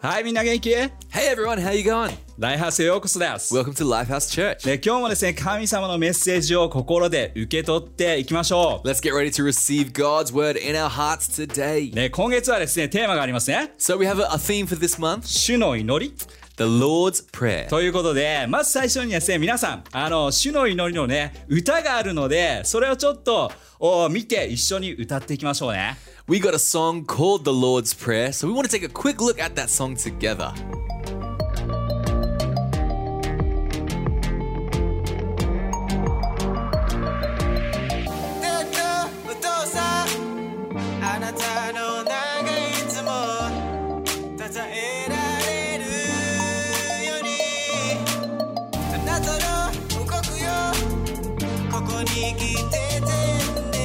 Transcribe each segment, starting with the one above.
はい、みんな元気 Hey everyone, how you going? ライハースへようこそです。 Welcome to Lifehouse Church. で今日もですね、神様のメッセージを心で受け取っていきましょ Let's get ready to receive God's word in our hearts う。 today. ね、今月はですね、テーマがありますね。 So we have a, a theme for this month, 主の祈り the Lord's Prayer. ということで、まず最初にですね、皆さん、あの、主の祈りのね、歌があるので、それをちょっとお見て一緒に歌っていきましょうね。 We got a song called the Lord's Prayer, so we want to take a quick look at that song together. だったお父さんあなたの長いいつもたたえられるようにあなたの王国よここに来て全で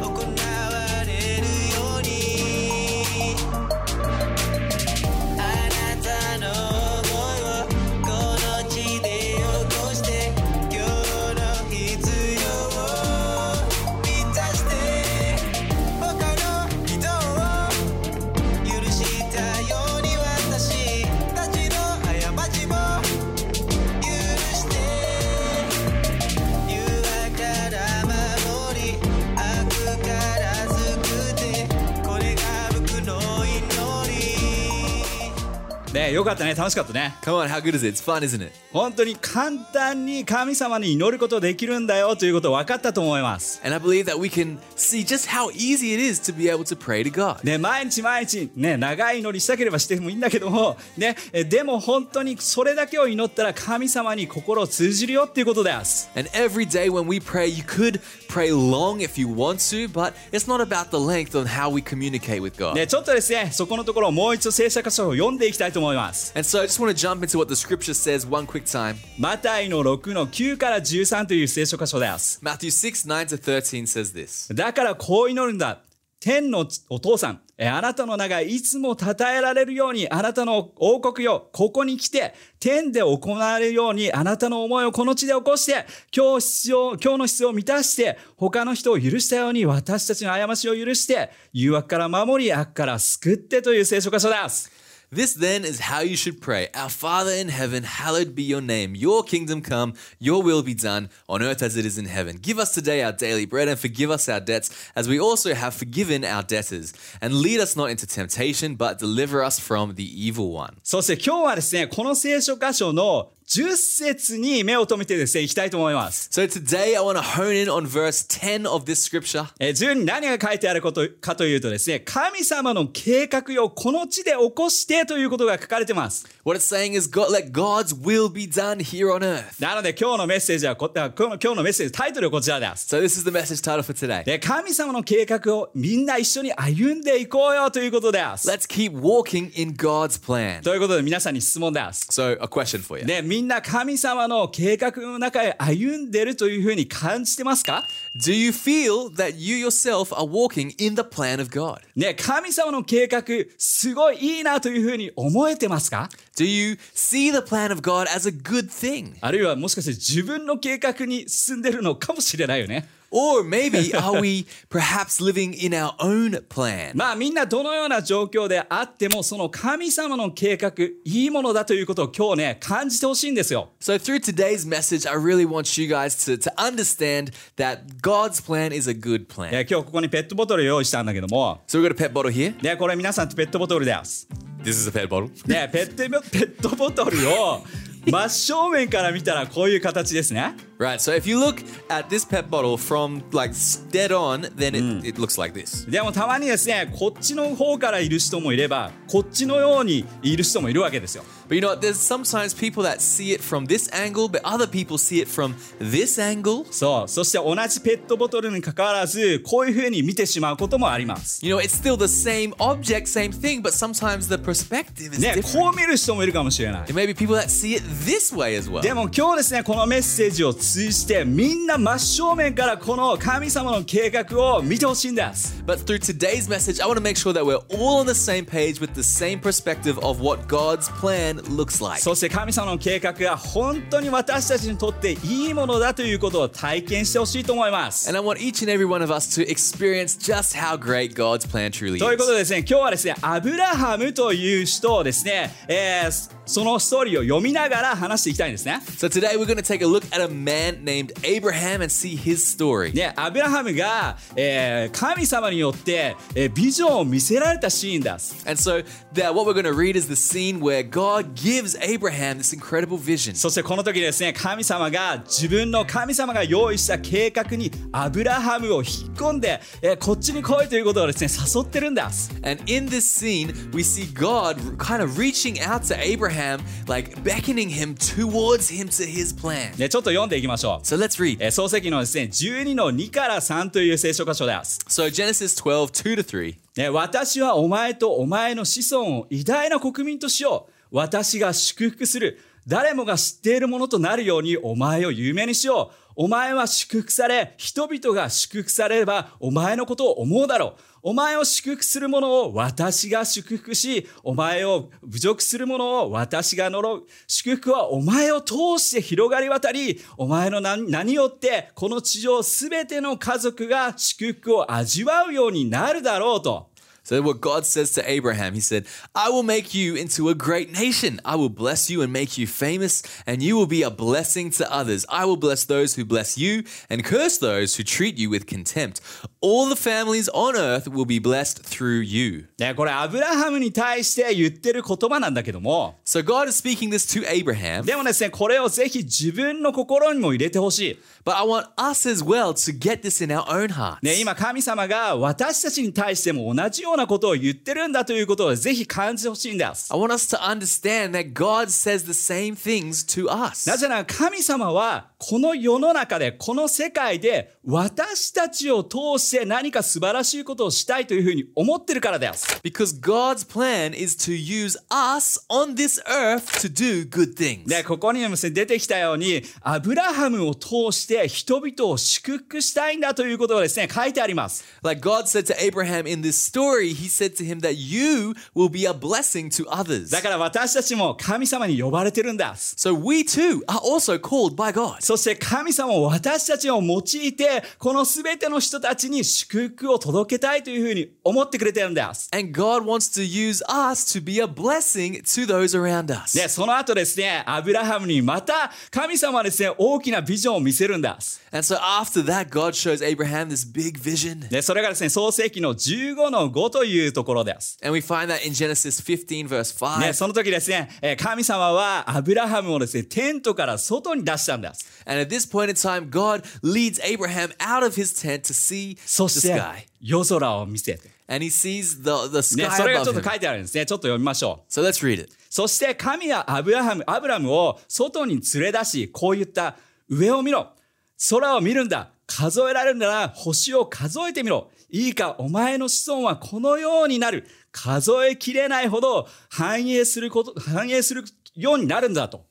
行われるようにあなたの想いをこの地で汚して今日の必要を満たして他の人を許したように私たちの過ちも許して誘惑から守り悪から救ってこれが僕の祈りね、よかったね、楽しかったね。 Come on, how good is it? It's fun, isn't it? 本当に簡単に神様に祈ることできるんだよということ分かったと思います。 And I believe that we can see just how easy it is to be able to pray to God. ね、毎日毎日、ね、長い祈りしたければしてもいいんだけども、ね、えでも本当にそれだけを祈ったら神様に心を通じるよっていうことです。 And every day when we pray, you could pray long if you want to, but it's not about the length on how we communicate with God. ね、ちょっとですね、そこのところをもう一度聖書箇所を読んでいきたいと思います。 And so I just want to jump into what the scripture says one quick time. マタイの6の9から13という聖書箇所です。 Matthew 6 9 to 13 says this だからこう祈るんだ。天のお父さん、えあなたの名がいつも称えられるように、あなたの王国よ、ここに来て、天で行われるように、あなたの思いをこの地で起こして、今日必要、今日の必要を満たして、他の人を許したように、私たちの過ちを許して、誘惑から守り、悪から救ってという聖書箇所です。 This then is how you should pray Our Father in heaven, hallowed be your name. Your kingdom come, your will be done, on earth as it is in heaven. Give us today our daily bread and forgive us our debts, as we also have forgiven our debtors. And lead us not into temptation, but deliver us from the evil one. そして今日はですね、この聖書箇所の10節に目を留めてですね、いきたいと思います。 So today I want to hone in on verse 10 of this scripture. えー10に何が書いてあることかというとですね、神様の計画よ、この地で起こしてということが書かれてます。 What it's saying is God, let God's will be done here on earth. なので今日のメッセージはこ、あ今日の今日のメッセージ、タイトルはこちらです。 So this is the message title for today. で、神様の計画をみんな一緒に歩んでいこうよということです。 Let's keep walking in God's plan. ということで皆さんに質問です。 So, a question for you. で、みんな神様の計画の中へ歩んでるというふうに感じてますか Do you feel that you yourself are walking in the plan of God? ね、神様の計画、すごいいいなというふうに思えてますか Do you see the plan of God as a good thing? あるいはもしかして自分の計画に進んでるのかもしれないよね。 Or maybe are we perhaps living in our own plan? まあみんなどのような状況であってもその神様の計画いいものだということを今日ね感じてほしいんですよ。 So, through today's message, I really want you guys to, to understand that God's plan is a good え plan. ー今日ここにペットボトル用意したんだけども、 So, we've got a pet bottle here. ね、これ皆さんペットボトルです。 This is a pet bottle. ね、ペットペットボトルを真正面から見たらこういう形ですね。 Right, so if you look at this pet bottle from like dead on, then it, it looks like this. でもたまにですねこっちの方からいる人もいればこっちのようにいる人もいるわけですよ。 But you know what? There's sometimes people that see it from this angle, but other people see it from this angle. そうそして同じペットボトルにかかわらずこういうふうに見てしまうこともあります。 You know, it's still the same object, same thing, but sometimes the perspective is ね、 different. こう見る人もいるかもしれない There。may be people that see it this way as well. でも今日ですね、このメッセージをそしてみんな真正面からこの神様の計画を見てほしいんです。 But through today's message, I want to make sure that we're all on the same page with the same perspective of what God's plan looks like. そして神様の計画が本当に私たちにとっていいものだということを体験してほしいと思います。 and I want each and every one of us to experience just how great God's plan truly ということで is. ですね、今日はですね、アブラハムという人をですね、えーそのストーリーを読みながら話していきたいんですね。 So today we're going to take a look at a man named Abraham and see his story. ね、アブラハムが、えー神様によって、えービジョンを見せられたシーンです。 And so that what we're going to read is the scene where God gives Abraham this incredible vision. そしてこの時ですね、神様が自分の神様が用意した計画にアブラハムを引っ込んで、えーこっちに来いということをですね、誘ってるんです。 And in this scene, we see God kind of reaching out to Abraham, like beckoning him towards him to his plan. ね、ちょっと読んでいきましょう。 So let's え read. ー創世記のですね、12の2から3という聖書箇所です。 So Genesis 12, 2 to 3. ね、私はお前とお前の子孫を偉大な国民としよう。私が祝福する。誰もが知っているものとなるようにお前を有名にしよう。お前は祝福され、人々が祝福されればお前のことを思うだろう。お前を祝福する者を私が祝福し、お前を侮辱する者を私が呪う。祝福はお前を通して広がり渡り、お前の名名によってこの地上すべての家族が祝福を味わうようになるだろうと。 So what God says to Abraham, he said, I will make you into a great nation. I will bless you and make you famous, and you will be a blessing to others. I will bless those who bless you and curse those who treat you with contempt. All the families on earth will be blessed through you. ね、これアブラハムに対して言ってる言葉なんだけども So God is speaking this to Abraham, でもですねこれをぜひ自分の心にも入れてほし but I want us as well to get this in our own い、ね、 hearts. 今神様が私たちに対しても同じようなことを言ってるんだということをぜひ感じてほしいんです I want us to understand that God says the same things to us. なぜなら神様はこの世の中でこの世界で私たちを通して何か素晴らしいことをしたいというふうに思ってるからです Because God's plan is to use us on this earth to do good things. でここにもですね出てきたようにアブラハムを通して人々を祝福したいんだということがですね書いてあります Like God said to Abraham in this story, he said to him that you will be a blessing to others. だから私たちも神様に呼ばれてるんだ。 So we too are also called by God. そして神様を私たちを用いて、この全ての人たちに祝福を届けたいというふうに思ってくれてるんです。 And God wants to use us to be a blessing to those around us. で、その後ですね、アブラハムにまた神様はですね、大きなビジョンを見せるんだ。 And so after that, God shows Abraham this big vision. で、それがですね、創世記の15の5というところです。 And we find that in Genesis 15, verse 5. ね、その時ですね、えー神様はアブラハムをですね、テントから外に出したんです。 And at this point in time, God leads Abraham out of his tent to see the そして sky. 夜空を見せて。 And he sees the, the ね sky、それがちょ above っ him. と書いてあるんですね。ちょっと読みましょう。 So let's read it. そして神はアブラハム、アブラムを外に連れ出し、こう言った。上を見ろ。空を見るんだ。数えられるなら星を数えてみろ。いいか、お前の子孫はこのようになる。数えきれないほど繁栄すること、繁栄するようになるんだと。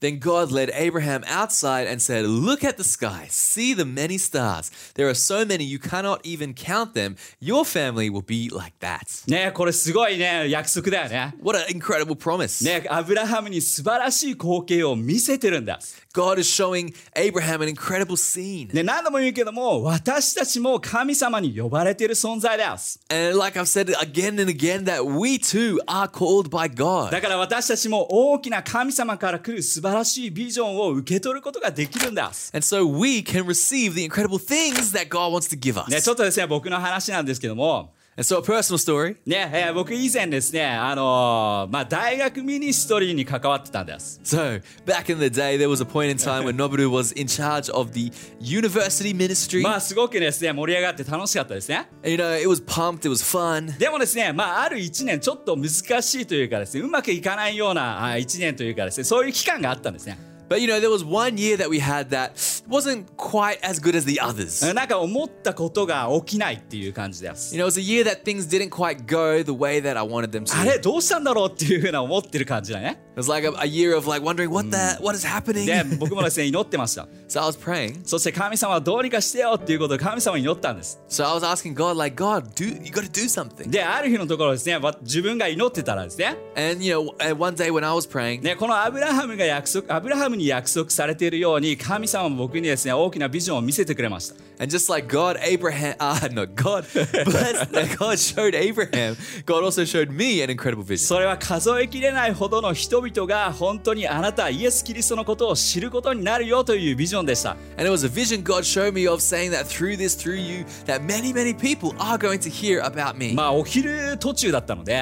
Then God led Abraham outside and said, Look at the sky, see the many stars. There are so many you cannot even count them. Your family will be like that. ねこれすごいね、約束だよね。 What an incredible promise. ねアブラハムに素晴らしい光景を見せてるんだ。 God is showing Abraham an incredible scene. ね何度も言うけども、私たちも神様に呼ばれている存在です。 And like I've said again and again, that we too are called by God. だから私たちも大きな神様から来る素晴らしいビジョンを受け取ることができるんだ。 And so we can receive the incredible things that God wants to give ね、 us. ちょっとですね、僕の話なんですけども、 And so, a personal story. ね、えー僕以前ですね、あのーまあ、大学ミニストリーに関わってたんです。 So, back in the day, there was a point in time when Noboru was in charge of the university ministry. まあ、すごくですね、盛り上がって楽しかったですね。 And, you know, it was pumped, it was fun. でもですね、まあ、ある1年、ちょっと難しいというかですね、うまくいかないような1年というかですね、そういう期間があったんですね。 But, you know, there was one year that we had that wasn't quite as good as the others. なんか思ったことが起きないっていう感じです。 You know, it was a year that things didn't quite go the way that I wanted them あれ、 to. どうしたんだろうっていうふうな思ってる感じだね。 was like a, a year of like wondering what the what is happening. で僕もですね祈ってました So I was praying. そして神様はどうにかしてよっていうことを神様に祈ったんです So I was asking God, like, God, do you got to do something? である日のところですねわ自分が祈ってたらですね And you know, and one day when I was praying, ね、このアブラハムが約束、アブラハムに約束されているように、神様も僕にですね、大きなビジョンを見せてくれました。 and just like God, Abraham, ah, no, God blessed, that God showed Abraham, God also showed me an incredible vision. それは数えきれないほどの人々が本当にあなたイエス・キリストのことを知ることになるよというビジョンでした。 And it was a vision God showed me of saying that through this, through you, that many, many people are going to hear about me. まあお昼途中だったので、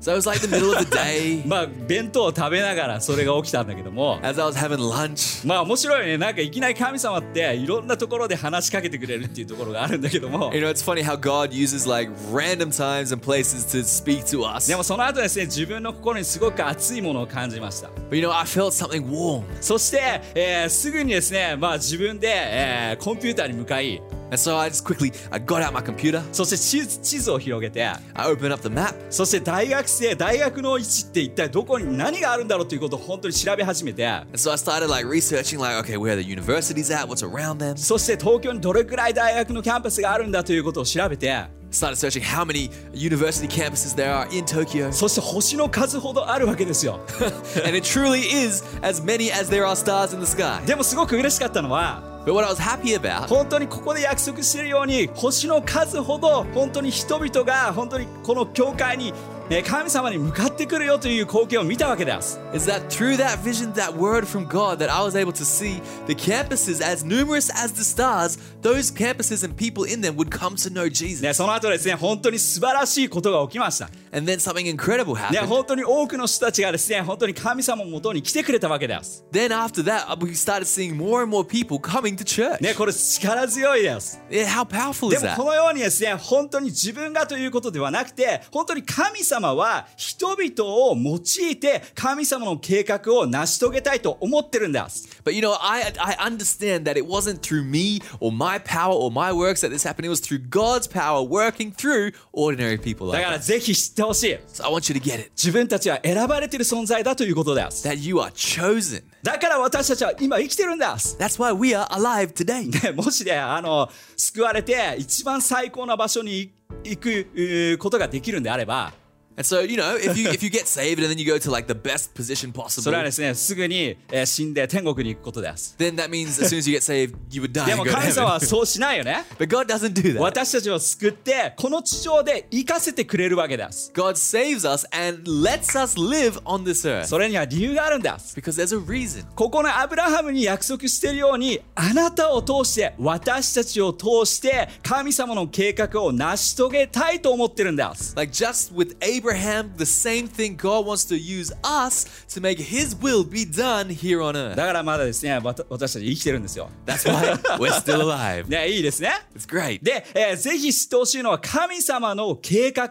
So it was like the middle of the day まあ弁当を食べながらそれが起きたんだけども、 as I was having lunch. まあ面白いね。なんかいきなり神様っていろんなところで話しかけてくれるっていうところがあるんだけども You、know, it's funny how God uses like random times and places to speak to us. でもその後ですね、自分の心にすごく熱いものを感じました。 But you know, I felt something warm. そして、えーすぐにですね、まあ、自分で、えーコンピューターに向かい And so I just quickly, I got out my computer, そして地図地図を広げて I opened up the map, そして大学生大学の位置って一体どこに何があるんだろうということを本当に調べ始めて and so I started like researching, like, okay, where the university's at, what's around them. そして東京にどれくらい大学のキャンパスがあるんだということを調べて Started searching how many university campuses there are in Tokyo. そして星の数ほどあるわけですよ and it truly is as many as there are stars in the sky. でもすごく嬉しかったのは But what I was happy about 本当にここで約束しているように星の数ほど本当に人々が本当にこの教会に、ね、神様に向かってくるよという光景を見たわけです is that through that vision, that word from God, that I was able to see the campuses as numerous as the stars, those campuses and people in them would come to know ね、 Jesus. その後ですね、本当に素晴らしいことが起きました。 And then something incredible ね、 happened. 本当に多くの人たちがですね、本当に神様のもとに来てくれたわけです。 Then after that, we started seeing more and more people coming to church. ね、これ力強いです。 Yeah, how powerful で is も that? このようにですね、本当に自分がということではなくて、本当に神様は人々を用いて神様の計画を成し遂げたいと思ってるんです。 But you know, I I understand that it wasn't through me or my power or my works that this happened. It was through God's power working through ordinary people だ like から us. ぜひ知ってほしい。 So I want you to get it 自分たちは選ばれている存在だということです。 that you are chosen. だから私たちは今生きてるんです。 That's why we are alive today. ねもしね、あの、救われて、一番最高な場所に行くうーことができるんであれば、 And so you know, if you if you get saved and then you go to like the best position それはで possible, すね、すぐに、えー死んで天国に行くことです。 then that means as soon as you get saved, you would die でも and go to 神様は heaven. そうしないよね。 But God doesn't do that. 私たちを救って、この地上で生かせてくれるわけです。 God saves us and lets us live on this earth それには理由があるんです。 because there's a reason. ここのアブラハムに約束しているように、あなたを通して、私たちを通して、神様の計画を成し遂げたいと思ってるんです。 Like just with Abraham, the same thing God wants to use us to make his will be done here on earth. だからまだですね、わた私たち生きてるんですよ。 That's why we're still alive. ね、いいですね。 It's great. で、えーぜひ知ってほしいのは神様の計画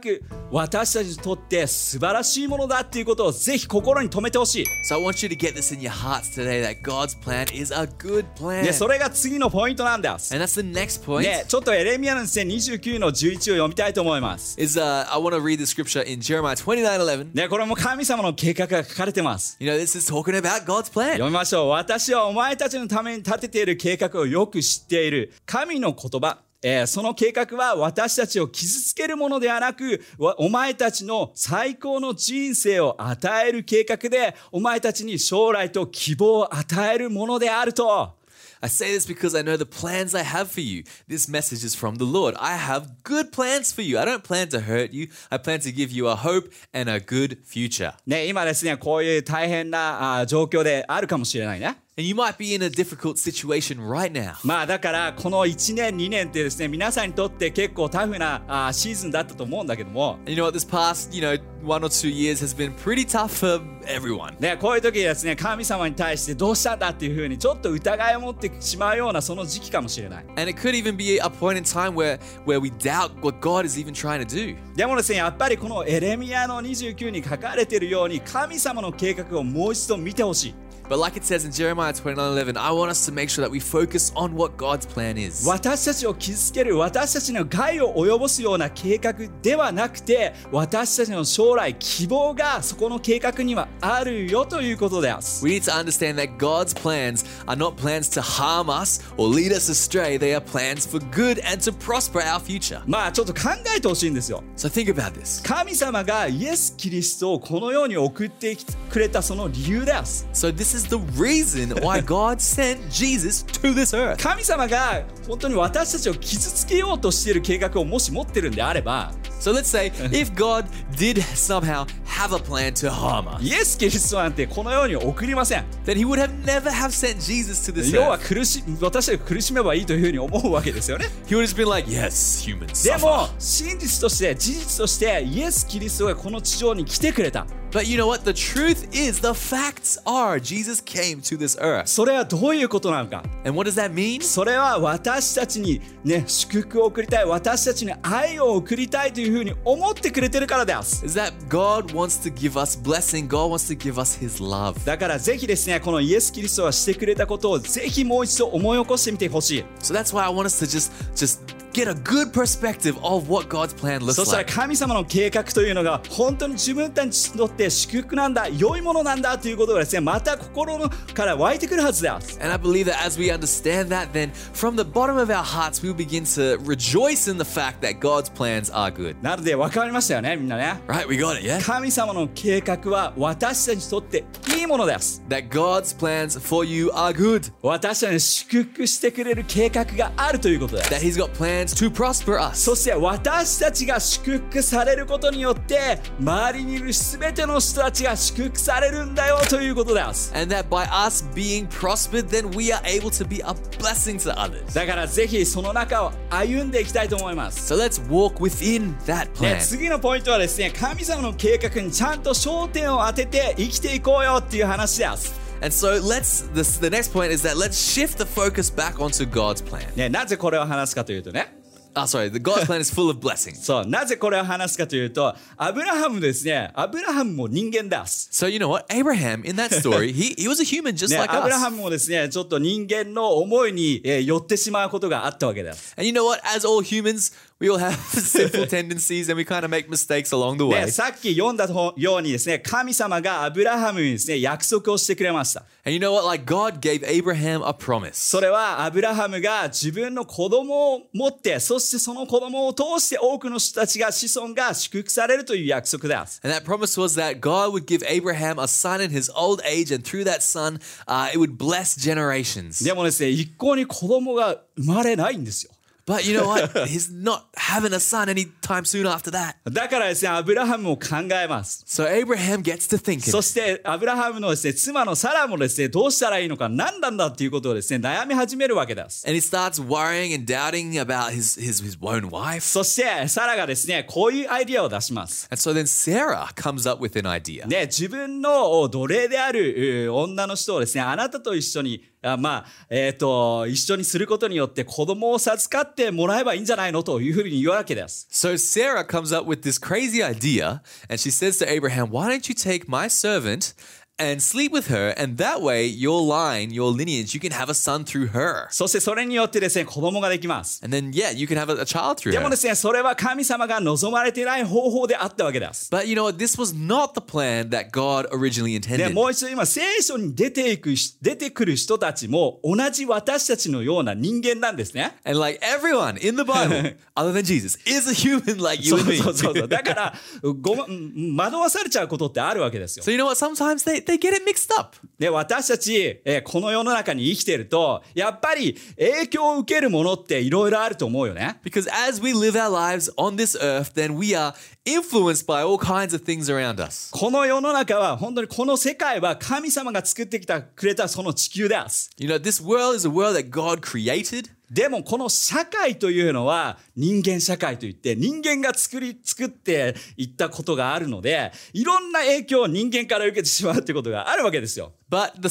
私たちにとって素晴らしいものだっていうことをぜひ心に留めてほしい、 So I want you to get this in your hearts today that God's plan is a good plan. ね、それが次のポイントなんです、 And that's the next point. ね、ちょっとエレミアのですね29の11を読みたいと思います、 Is uh, I want to read the scripture in Jeremiah 29 11. ね、これも神様の計画が書かれてます You know, this is talking about God's plan. 読みましょう私はお前たちのために立てている計画をよく知っている神の言葉えーその計画は私たちを傷つけるものではなくわお前たちの最高の人生を与える計画でお前たちに将来と希望を与えるものであると I say this because I know the plans I have for you. This message is from the Lord. I have good plans for you. I don't plan to hurt you. I plan to give you a hope and a good future. ね今ですねこういう大変なあー状況であるかもしれないね And you might be in a difficult situation right now. まあだからこの1年2年ってですね皆さんにとって結構タフなあーシーズンだったと思うんだけども And you know what? This past, you know, one or two years has been pretty tough for everyone. ね、こういう時ですね神様に対してどうしたんだっていうふうにちょっと疑いを持ってしまうようなその時期かもしれない And it could even be a point in time where, where we doubt what God is even trying to do. でもですねやっぱりこのエレミアの29に書かれているように神様の計画をもう一度見てほしい But like it says in Jeremiah 29:11, I want us to make sure that we focus on what God's plan is. 私たちを傷つける私たちの害を及ぼすような計画ではなくて私たちの将来希望がそこの計画にはあるよということです We need to understand that God's plans are not plans to harm us or lead us astray. They are plans for good and to prosper our future. まあちょっと考えてほしいんですよ So think about this. 神様がイエス・キリストをこの世に送ってきてくれたその理由です So this is the reason why God sent Jesus to this earth. 神様が本当に私たちを傷つけようとしている計画をもし持ってるんであれば So let's say if God did somehow have a plan to harm us, イエス・キリストなんてこの世に送りません then he would have never have sent Jesus to this 要は earth. 苦し私たちが苦しめばいいというふうに思うわけですよね He would have just been like, yes, humans で suffer. も真実として事実としてイエス・キリストがこの地上に来てくれた But you know what? The truth is, the facts are Jesus came to this earth. それはどういうことなのか And what does that mean? それは私たちにね祝福を送りたい私たちに愛を送りたいというふうに思ってくれてるからです Is that God wants to give us blessing, God wants to give us his love. だからぜひですねこのイエス・キリストがしてくれたことをぜひもう一度思い起こしてみてほしい So that's why I want us to just just get a good perspective of what God's plan そ looks したら like. 神様の計画というのが本当に自分たちにとって祝福なんだ良いものなんだということがですねまた心のから湧いてくるはずです And I believe that as we understand that, then from the bottom of our hearts, we'll begin to rejoice in the fact that God's plans are good. なので分かりましたよねみんなね Right? We got it, yeah? 神様の計画は私たちにとっていいものです That God's plans for you are good. 私たちに祝福してくれる計画があるということです That He's got plans to prosper us. そして私たちが祝福されることによって周りにいる全ての人たちが祝福されるんだよということです And that by us being prospered, then we are able to be a blessing to others. だからぜひその中を歩んでいきたいと思います So let's walk within that で plan. 次のポイントはですね神様の計画にちゃんと焦点を当てて生きていこうよっていう話です And so let's this the next point is that let's shift the focus back onto God's plan. ねなぜこれを話すかというとね Ah, sorry, the God's plan is full of blessings. そう、なぜこれを話すかというと、アブラハムですね、アブラハムも人間です。 So you know what? Abraham in that story, he, he was a human just ね、 like アブラハ us. ムもですね、ちょっと人間の思いに、えー寄ってしまうことがあったわけです。 And you know what? As all humans, we all have sinful tendencies and we kind of make mistakes along the で、 way. さっき読んだようにですね、神様がアブラハムにですね、約束をしてくれました。 And you know what? Like God gave Abraham a promise. それはアブラハムが自分の子供を持って、そしてその子供を通して多くの人たちが子孫が祝福されるという約束です。 And that promise was that God would give Abraham a son in his old age, and through that son, uh, it would bless generations. でもですね、一向に子供が生まれないんですよ。 But you know what? He's not having a son anytime soon after that. だからですね、アブラハムも考えます。 So Abraham gets to thinking. そしてアブラハムのですね妻のサラもですねどうしたらいいのか何なんだっていうことをですね悩み始めるわけです。 and he starts worrying and doubting about his, his, his own wife. そしてサラがですねこういうアイディアを出します。 And so then Sarah comes up with an idea. ね、自分のお奴隷であるう女の人をですねあなたと一緒にあまあえっ、と一緒にすることによって子供を授かってもらえばいいんじゃないのというふうに言うわけです。 So Sarah comes up with this crazy idea and she says to Abraham, Why don't you take my servant and sleep with her? And that way, your line, your lineage, you can have a son through her. そしてそれによってですね子供ができます。 And then, yeah, you can have a, a child through でも her. ですねそれは神様が望まれていない方法であったわけです。 But you know what? This was not the plan that God originally で intended. もう一度今聖書に出ていくし出てくる人たちも同じ私たちのような人間なんですね。 And like everyone in the Bible, other than Jesus, is a human like そ you う and me. そうそうそうだからごまうん惑わされちゃうことってあるわけですよ So。you know what? Sometimes they, they get it mixed up. で私たち、えーこの世の中に生きてるとやっぱり影響を受けるものっていろいろあると思うよね。 Because as we live our lives on this earth, then we are influenced by all kinds of things around us. この世の中は本当にこの世界は神様が作ってきたくれたその地球です。 You know, this world is a world that God created, でもこの社会というのは人間社会といって人間が作り作っていったことがあるのでいろんな影響を人間から受けてしまうということがあるわけですよ。 But the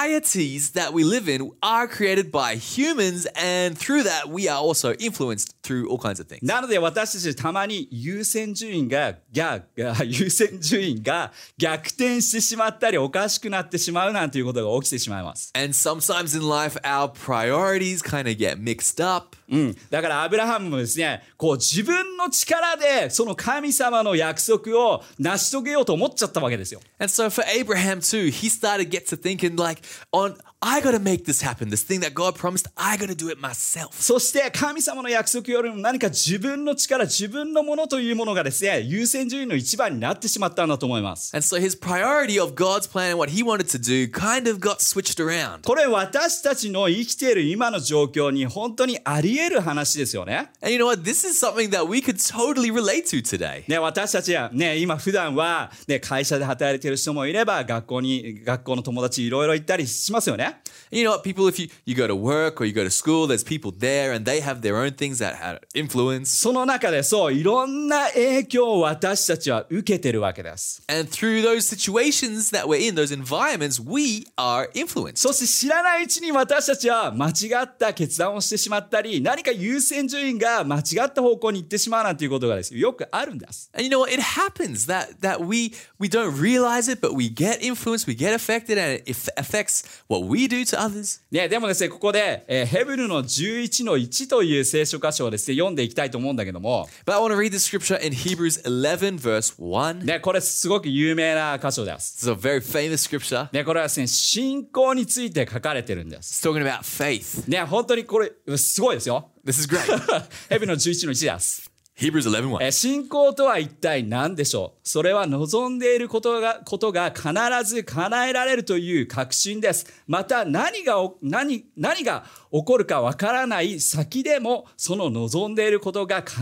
societies that we live in are created by humans, and through that, we are also influenced through all kinds of things. なので私たちたまに優先順位が逆、が 優先順位が逆転してしまったりおかしくなってしまうなんていうことが起きてしまいます。 And sometimes in life, our priorities kind of get mixed up. うん。だからアブラハムもですね、こう自分の力でその神様の約束を成し遂げようと思っちゃったわけですよ。 And so for Abraham too, he started get to thinking like, on I gotta make this happen. This thing that God promised, I gotta do it myself. そして神様の約束よりも何か自分の力、自分のものというものがですね、優先順位の一番になってしまったんだと思います。 And so his priority of God's plan and what he wanted to do kind of got switched around. これ私たちの生きている今の状況に本当にあり得る話ですよね。 And you know what? This is something that we could totally relate to today. ね、私たちはね、今普段は、ね、会社で働いている人もいれば、学校に、学校の友達いろいろ行ったりしますよね。 And you know what? People, if you, you go to work or you go to school, there's people there and they have their own things that had influence. その中でそう、いろんな影響を私たちは受けてるわけです。 And through those situations that we're in, those environments, we are influenced. そして知らないうちに私たちは間違った決断をしてしまったり、何か優先順位が間違った方向に行ってしまうなんていうことがですよ。よくあるんです。 And you know what? It happens that that we we don't realize it, but we get influenced, we get affected, and it aff- affects what we do to others. ね、でもですね、ここで、えーヘブルの11の1という聖書箇所をですね、読んでいきたいと思うんだけども、 But I want to read the scripture in Hebrews 11, verse 1. ね、これすごく有名な箇所です。 This is a very famous scripture. ね、これはですね、信仰について書かれてるんです。 It's talking about faith. ね、本当にこれ、すごいですよ。 This is great. ヘブルの11の1です。 Hebrews 11, 1. えー信仰とは一体何でしょうそれは望んでいることがことが必ず叶えられるという確信です。また何がお何何が起こるかわからない先でもその望んでいることが必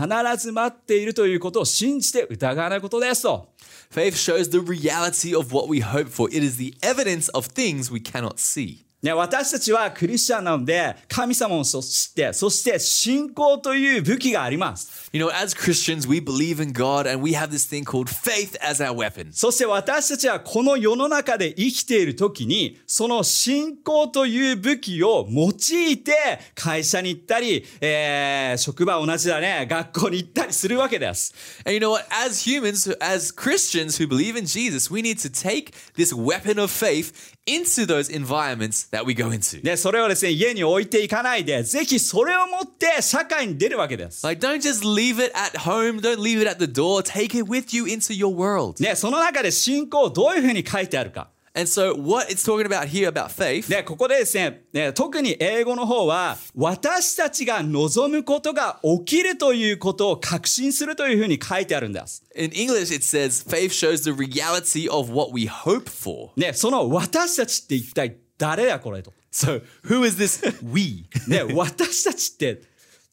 ず待っているということを信じて疑わないことですと。 Faith shows the reality of what we hope for. It is the evidence of things we cannot see. ね、私たちはクリスチャンなので神様をそしてそして信仰という武器があります。 You know, as Christians, we believe in God and we have this thing called faith as our weapon. そして私たちはこの世の中で生きている時に、その信仰という武器を用いて会社に行ったり、えー、職場同じだね、学校に行ったりするわけです。 And you know what? As humans, as Christians who believe in Jesus, we need to take this weapon of faith into those environments that we go into. で、それをですね、家に置いていかないで、ぜひそれを持って社会に出るわけです。 Like, don't just leave it at home, don't leave it at the door, take it with you into your world. ね、その中で信仰どういうふうに書いてあるか。 And so, what it's talking about here about faith で、ここでですね、ね特に英語の方は、私たちが望むことが起きるということを確信するというふうに書いてあるんです。 in English, it says faith shows the reality of what we hope for. ね、その私たちって一体誰やこれと。 So, who is this we? ね、私たちって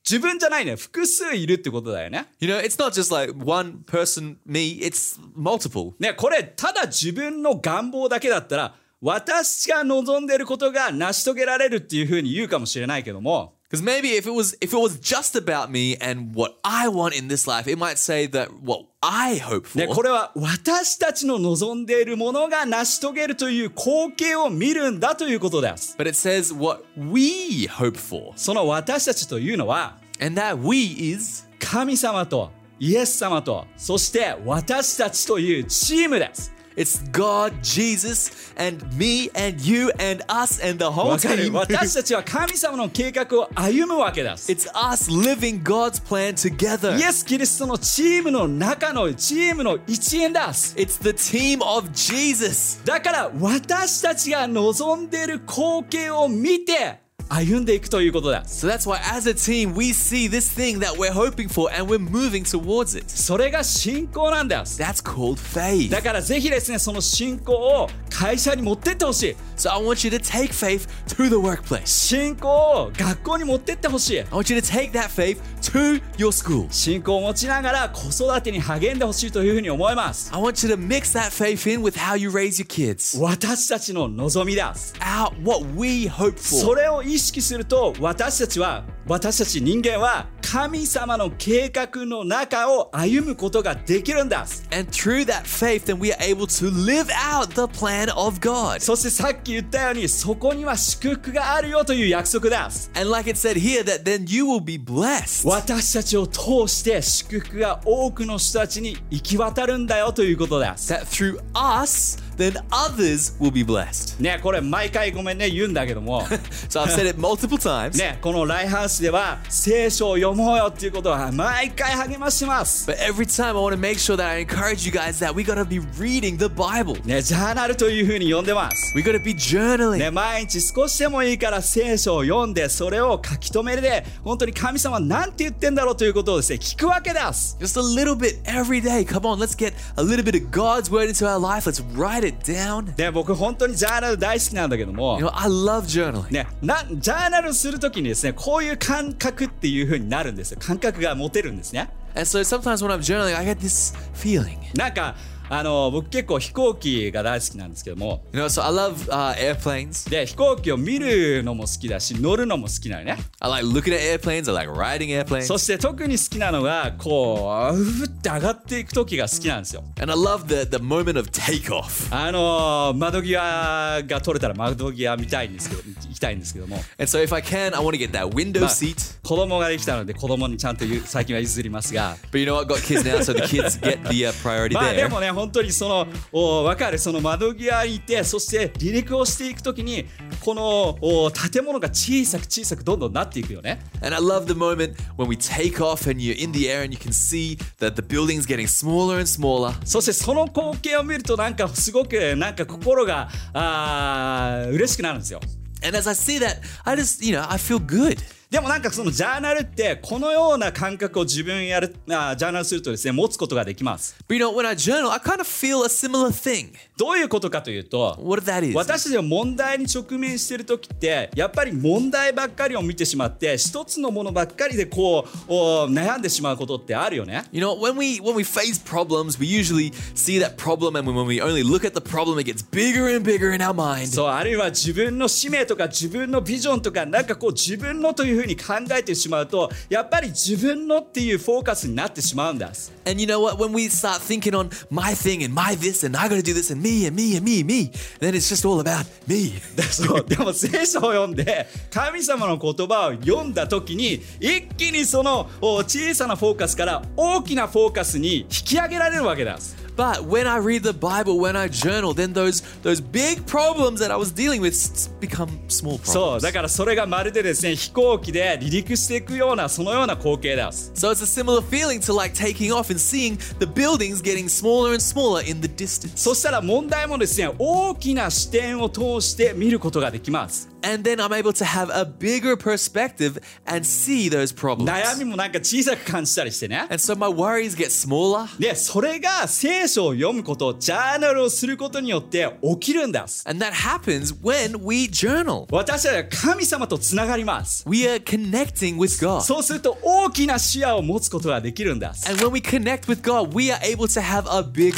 自分じゃないね。複数いるってことだよね。 You know, it's not just like one person, me, it's multiple. ね、これただ自分の願望だけだったら、私が望んでいることが成し遂げられるっていうふうに言うかもしれないけども、 Because maybe if it was if it was just about me and what I want in this life, it might say that what I hope for. ね、これは私たちの望んでいるものが成し遂げるという光景を見るんだということです。 but it says what we hope for, その私たちというのは、 and that we is 神様とイエス様と、そして私たちというチームです。 it's God, Jesus, and me, and you, and us, and the whole わかる team. 私たちは神様の計画を歩むわけです。イ it's us living God's plan together. エス・キリストのチームの中のチームの一員です。 it's the team of Jesus. だから私たちが望んでいる光景を見て歩んでいくということです。 So that's why, as a team, we see this thing that we're hoping for, and we're moving towards it. それが信仰なんです。 That's called faith. だからぜひですね、その信仰を会社に持ってってほしい。 So I want you to take faith to the workplace. 信仰を学校に持ってってほしい。 I want you to take that faith to your school. 信仰を持ちながら子育てに励んでほしいというふうに思います。 I want you to mix that faith in with how you raise your kids. 私たちの望みです。 Out what we hope そ for. れを意識すると私たちは私たち人間は神様の計画の中を歩むことができるんだ And through that faith, then we are able to live out the plan of God. そしてさっき言ったようにそこには祝福があるよという約束だ And like it said here, that then you will be blessed. 私たちを通して祝福が多くの人たちに行き渡るんだよということだ That through us, then others will be blessed. ねこれ毎回ごめんね言うんだけども So I've said it multiple times. ねこのライフハウスでは聖書を読もうよっていうことは毎回励ましてます But every time I want to make sure that I encourage you guys that we got to be reading the Bible. ねジャーナルというふうに呼んでます We got to be journaling. ね、毎日少しでもいいから聖書を読んでそれを書き留めで本当に神様は何て言ってんだろうということをですね聞くわけです Just a little bit every day. Come on, let's get a little bit of God's word into our life. Let's write it down. ね僕本当にジャーナル大好きなんだけども You know, I love journaling. ね、なジャーナルするときにですねこういう感覚っていう風になるんですよ感覚が持てるんですね And so sometimes when I'm journaling, I get this feeling. なんかあの僕結構飛行機が大好きなんですけども You know, so I love uh, airplanes. で飛行機を見るのも好きだし乗るのも好きなのね I like looking at airplanes. I like riding airplanes. そして特に好きなのがこうふって上がっていく時が好きなんですよ And I love the, the moment of takeoff. あの窓際が取れたら窓際見たいんですけど行きたいんですけども And so if I can, I want to get that window まあ seat. 子供ができたので子供にちゃんとゆ最近は譲りますが But you know what? Got kids now, so the kids get the uh, priority まあで there. もね本当にそのお分かるその窓際にいてそして離陸をしていくときにこのお建物が小さく小さくどんどんなっていくよね And I love the moment when we take off and you're in the air and you can see that the building's getting smaller and smaller. そしてその光景を見るとなんかすごくなんか心があー嬉しくなるんですよ And as I see that, I just, you know, I feel good. でもなんかそのジャーナルってこのような感覚を自分やるあージャーナルするとですね持つことができます But you know, when I journal, I kind of feel a similar thing. どういうことかというと What that is. 私たちが問題に直面してる時ってやっぱり問題ばっかりを見てしまって一つのものばっかりでこうお悩んでしまうことってあるよね You know, when we when we face problems, we usually see that problem, and when we only look at the problem, it gets bigger and bigger in our mind. そうあるいは自分の使命とか自分のビジョンとかなんかこう自分のというふうに考えてしまうとやっぱり自分のっていうフォーカスになってしまうんです and you know what? When we start thinking on my thing and my this and I got to do this and me and me and me me, then it's just all about me. そうでも聖書を読んで神様の言葉を読んだ時に一気にそのお小さなフォーカスから大きなフォーカスに引き上げられるわけなんです But when I read the Bible, when I journal, then those those big problems that I was dealing with s- become small そう problems. だからそれがまるでですね飛行機で離陸していくようなそのような光景です So it's a similar feeling to like taking off and seeing the buildings getting smaller and smaller in the distance. そしたら問題もですね大きな視点を通して見ることができます And then I'm able to have a bigger perspective and see those 悩み problems. もなんか小さく感じたりしてね And so my worries get smaller. でそれが聖書を読むことジャーナルをすることによって起きるんです And that happens when we journal. 私たちは神様とつながります We are connecting with God. そうすると大きな視野を持つことができるんだ。 And when we connect with God, we are able to have a bigger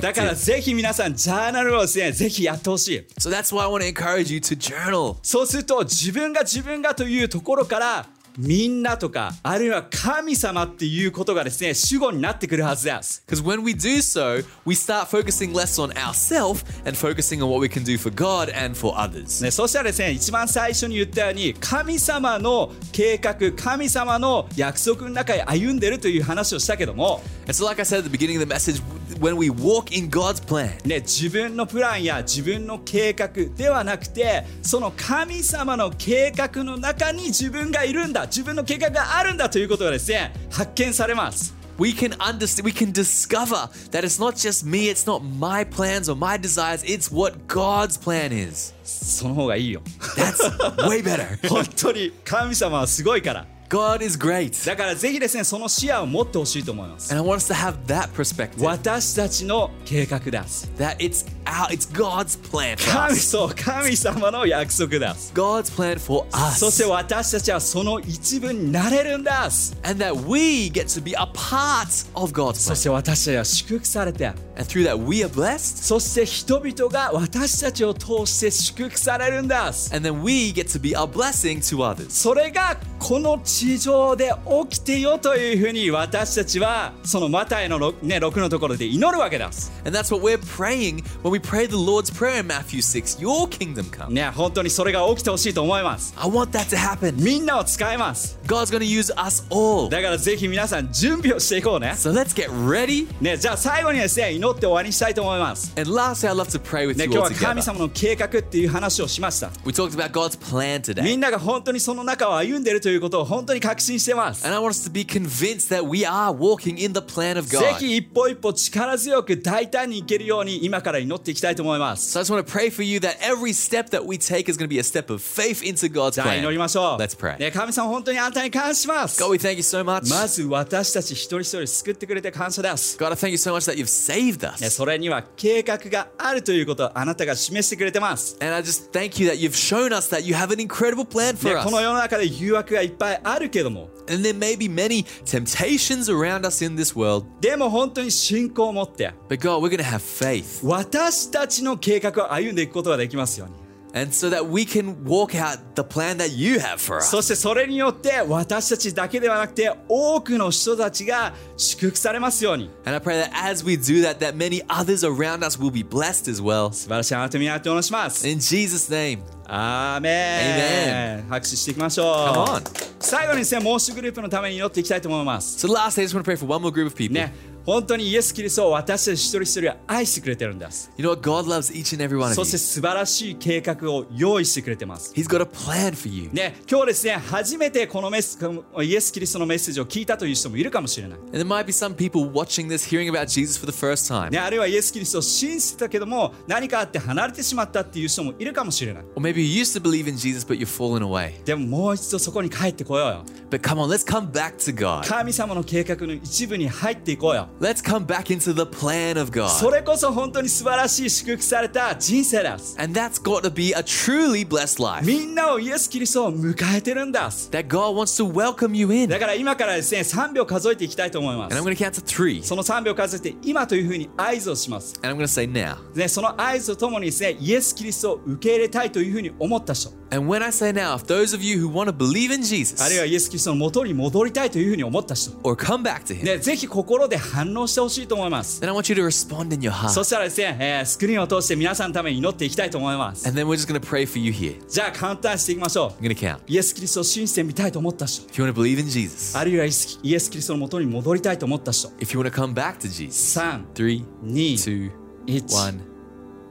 だから perspective. ぜひ皆さん、ジャーナルをですね、ぜひやってほしい。 So that's why I want to encourage you to journal. そうすると、自分が自分がというところから、みんなとか、あるいは神様っていうことがですね、主語になってくるはずです。 Because when we do so, we start focusing less on ourselves and focusing on what we can do for God and for others. ね、そしたらですね、一番最初に言ったように、神様の計画、神様の約束の中へ歩んでるという話をしたけども、 And so, like I said at the beginning of the message, when we walk in God's plan, ね、自分のプランや自分の計画ではなくてその神様の計画の中に自分がいるんだ自分の計画があるんだということがですね発見されます we can understand we can discover that it's not just me it's not my plans or my desires it's what god's plan is その方がいいよ that's way better 本当に神様はすごいから god is great だからぜひですねその視野を持ってほしいと思います and i want us to have that perspective 私たちの計画です that it's our it's god's plan for 神 us そう神様の約束です god's plan for そして us 私たちはその一部になれるんです and that we get to be a part of god's そ plan して私たちは祝福されて and through that we are blessed そして人々が私たちを通して祝福されるんです。 and then we get to be a blessing to others それがこの地地上で起きてよというふうに私たちはそのマタイの 6,、ね、6のところで祈るわけです。 And that's what we're praying when we pray the Lord's Prayer in Matthew 6 Your kingdom come. ね、本当にそれが起きてほしいと思います。 I want that to happen. みんなを使います。 God's going to use us all. だからぜひ皆さん準備をしていこうね。 So let's get ready. ね、じゃあ最後にですね、祈って終わりにしたいと思います。 And lastly, I'd love to pray with ね、今日 you all は神 together. 様の計画っていう話をしました。 We talked about God's plan み today. んなが本当にその中を歩んでいるということを本当に確信してます。 And I want us to be convinced that we are walking in the plan of ぜ God. ひ一歩一歩力強く大胆にいけるように今から祈っていきたいと思います。 So I just want to pray for you that every step that we take is going to be a step of faith into God's じゃあ plan. 祈りましょう。 Let's pray. ね、神様本当にあなたに感謝します。 God, we thank you so much. まず私たち一人一人救ってくれて感謝です。 God, I thank you so much that you've saved ね、 us. それには計画があるということをあなたが示してくれてます。 And I just thank you that you've shown us that you have an incredible plan ね for、us. この世の中で誘惑がいっぱいあるけども、 And there may be many temptations around us in this world, でも本当に信仰を持って、 but God, we're going to have faith. 私たちの計画を歩んでいくことができますように。 And so that we can walk out the plan that you have for us. そしてそれによって私たちだけではなくて多くの人たちが祝福されますように。 And I pray that as we do that, that many others around us will be blessed as well. 素晴らしいあなたみなってお願いします。 In Jesus' name. アーメン拍手していきましょ Come on. う。最後にですね、もう一グループのために祈っていきたいと思います。 So lastly, I just want to pray for one more group of people. ね、本当にイエス・キリストを私たち一人一人は愛してくれてるんです。 You know what? God loves each and every one of そして you. 素晴らしい計画を用意してくれてます。 He's got a plan for you. ね、今日ですね、初めてこのメッセイエス・キリストのメッセージを聞いたという人もいるかもしれない。 And there might be some people watching this, hearing about Jesus for the first time. ね、あるいはイエス・キリストを信じてたけども何かあって離れてしまったっていう人もいるかもしれない Or maybe you used to believe in Jesus, but you've fallen away. でももう一度そこに帰ってこようよ But come on, let's come back to God. 神様の計画の一部に入っていこうよ Let's come back into the plan of そ God. れこそ本当に素晴らしい祝福された人生です And that's got to be a truly blessed life. みんなをイエス・キリストを迎えてるんだ That God wants to welcome you in. だ And から今からですね3秒数えていきたいと思いま I'm す going to count to three. その3秒数えて今というふうに合図をします、 And I'm going to say now. ね、その合図とともにですねイエス・キリストを受け入れたいというふうに思った人 And when I say now, if those of you who want to believe in あるいは Jesus イエス・キリストの元に戻りたいというふうに思った人 or come back to Him, ね、ぜひ心で反応してほしいと思います。 then I want you to respond in your そ heart. したらですね、えースクリーンを通して皆さんのために祈っていきたいと思います。 And then we're just going to pray for you here. じゃあ簡単にしていきましょう I'm。going to count. イエス・キリストを信じてみたいと思った人、 If you want to believe in Jesus, あるいはイエスイエス・キリストの元に戻りたいと思った人、 if you want to come back to Jesus, 3、 three, 2、 two, 1、 one,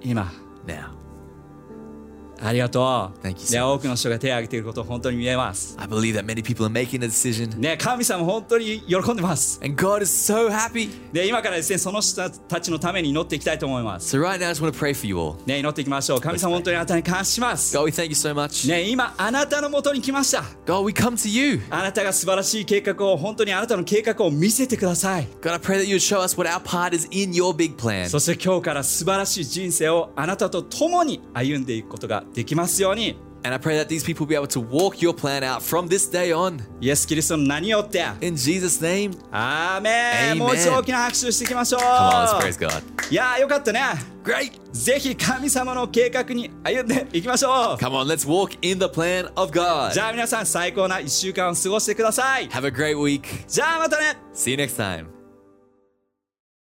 今。 now. ありがとう。 Thank you so ね、 much. 多くの人が手を挙げていることを本当に見えます。 I believe that many people are making a decision. ね、神様本当に喜んでます。 And God is so happy. で、今からですね、その人たちのために祈っていきたいと思います。 So right now, I just want to pray for you all. ね、祈っていきましょう。神様本当にあなたに感謝します。 God, we thank you so much. ね、今、あなたの元に来ました。 God, we come to you. あなたが素晴らしい計画を本当にあなたの計画を見せてください God, I pray that you would show us what our part is in your big plan. そして今日から素晴らしい人生をあなたと共に歩んでいくことができますように And I pray that these people will be able to walk your plan out from this day on. イエス・キリストの名によって In Jesus' name. アーメ Amen ンもう一度大きな拍手をしていきましょう Come on, let's praise God. いやーよかったね Ah. Great. ぜひ神様の計画に歩んでいきましょう Come on, let's walk in the plan of じ God. ゃあ皆さん最高な1週間を過ごしてください Have a great week. じゃあまたね See you next time.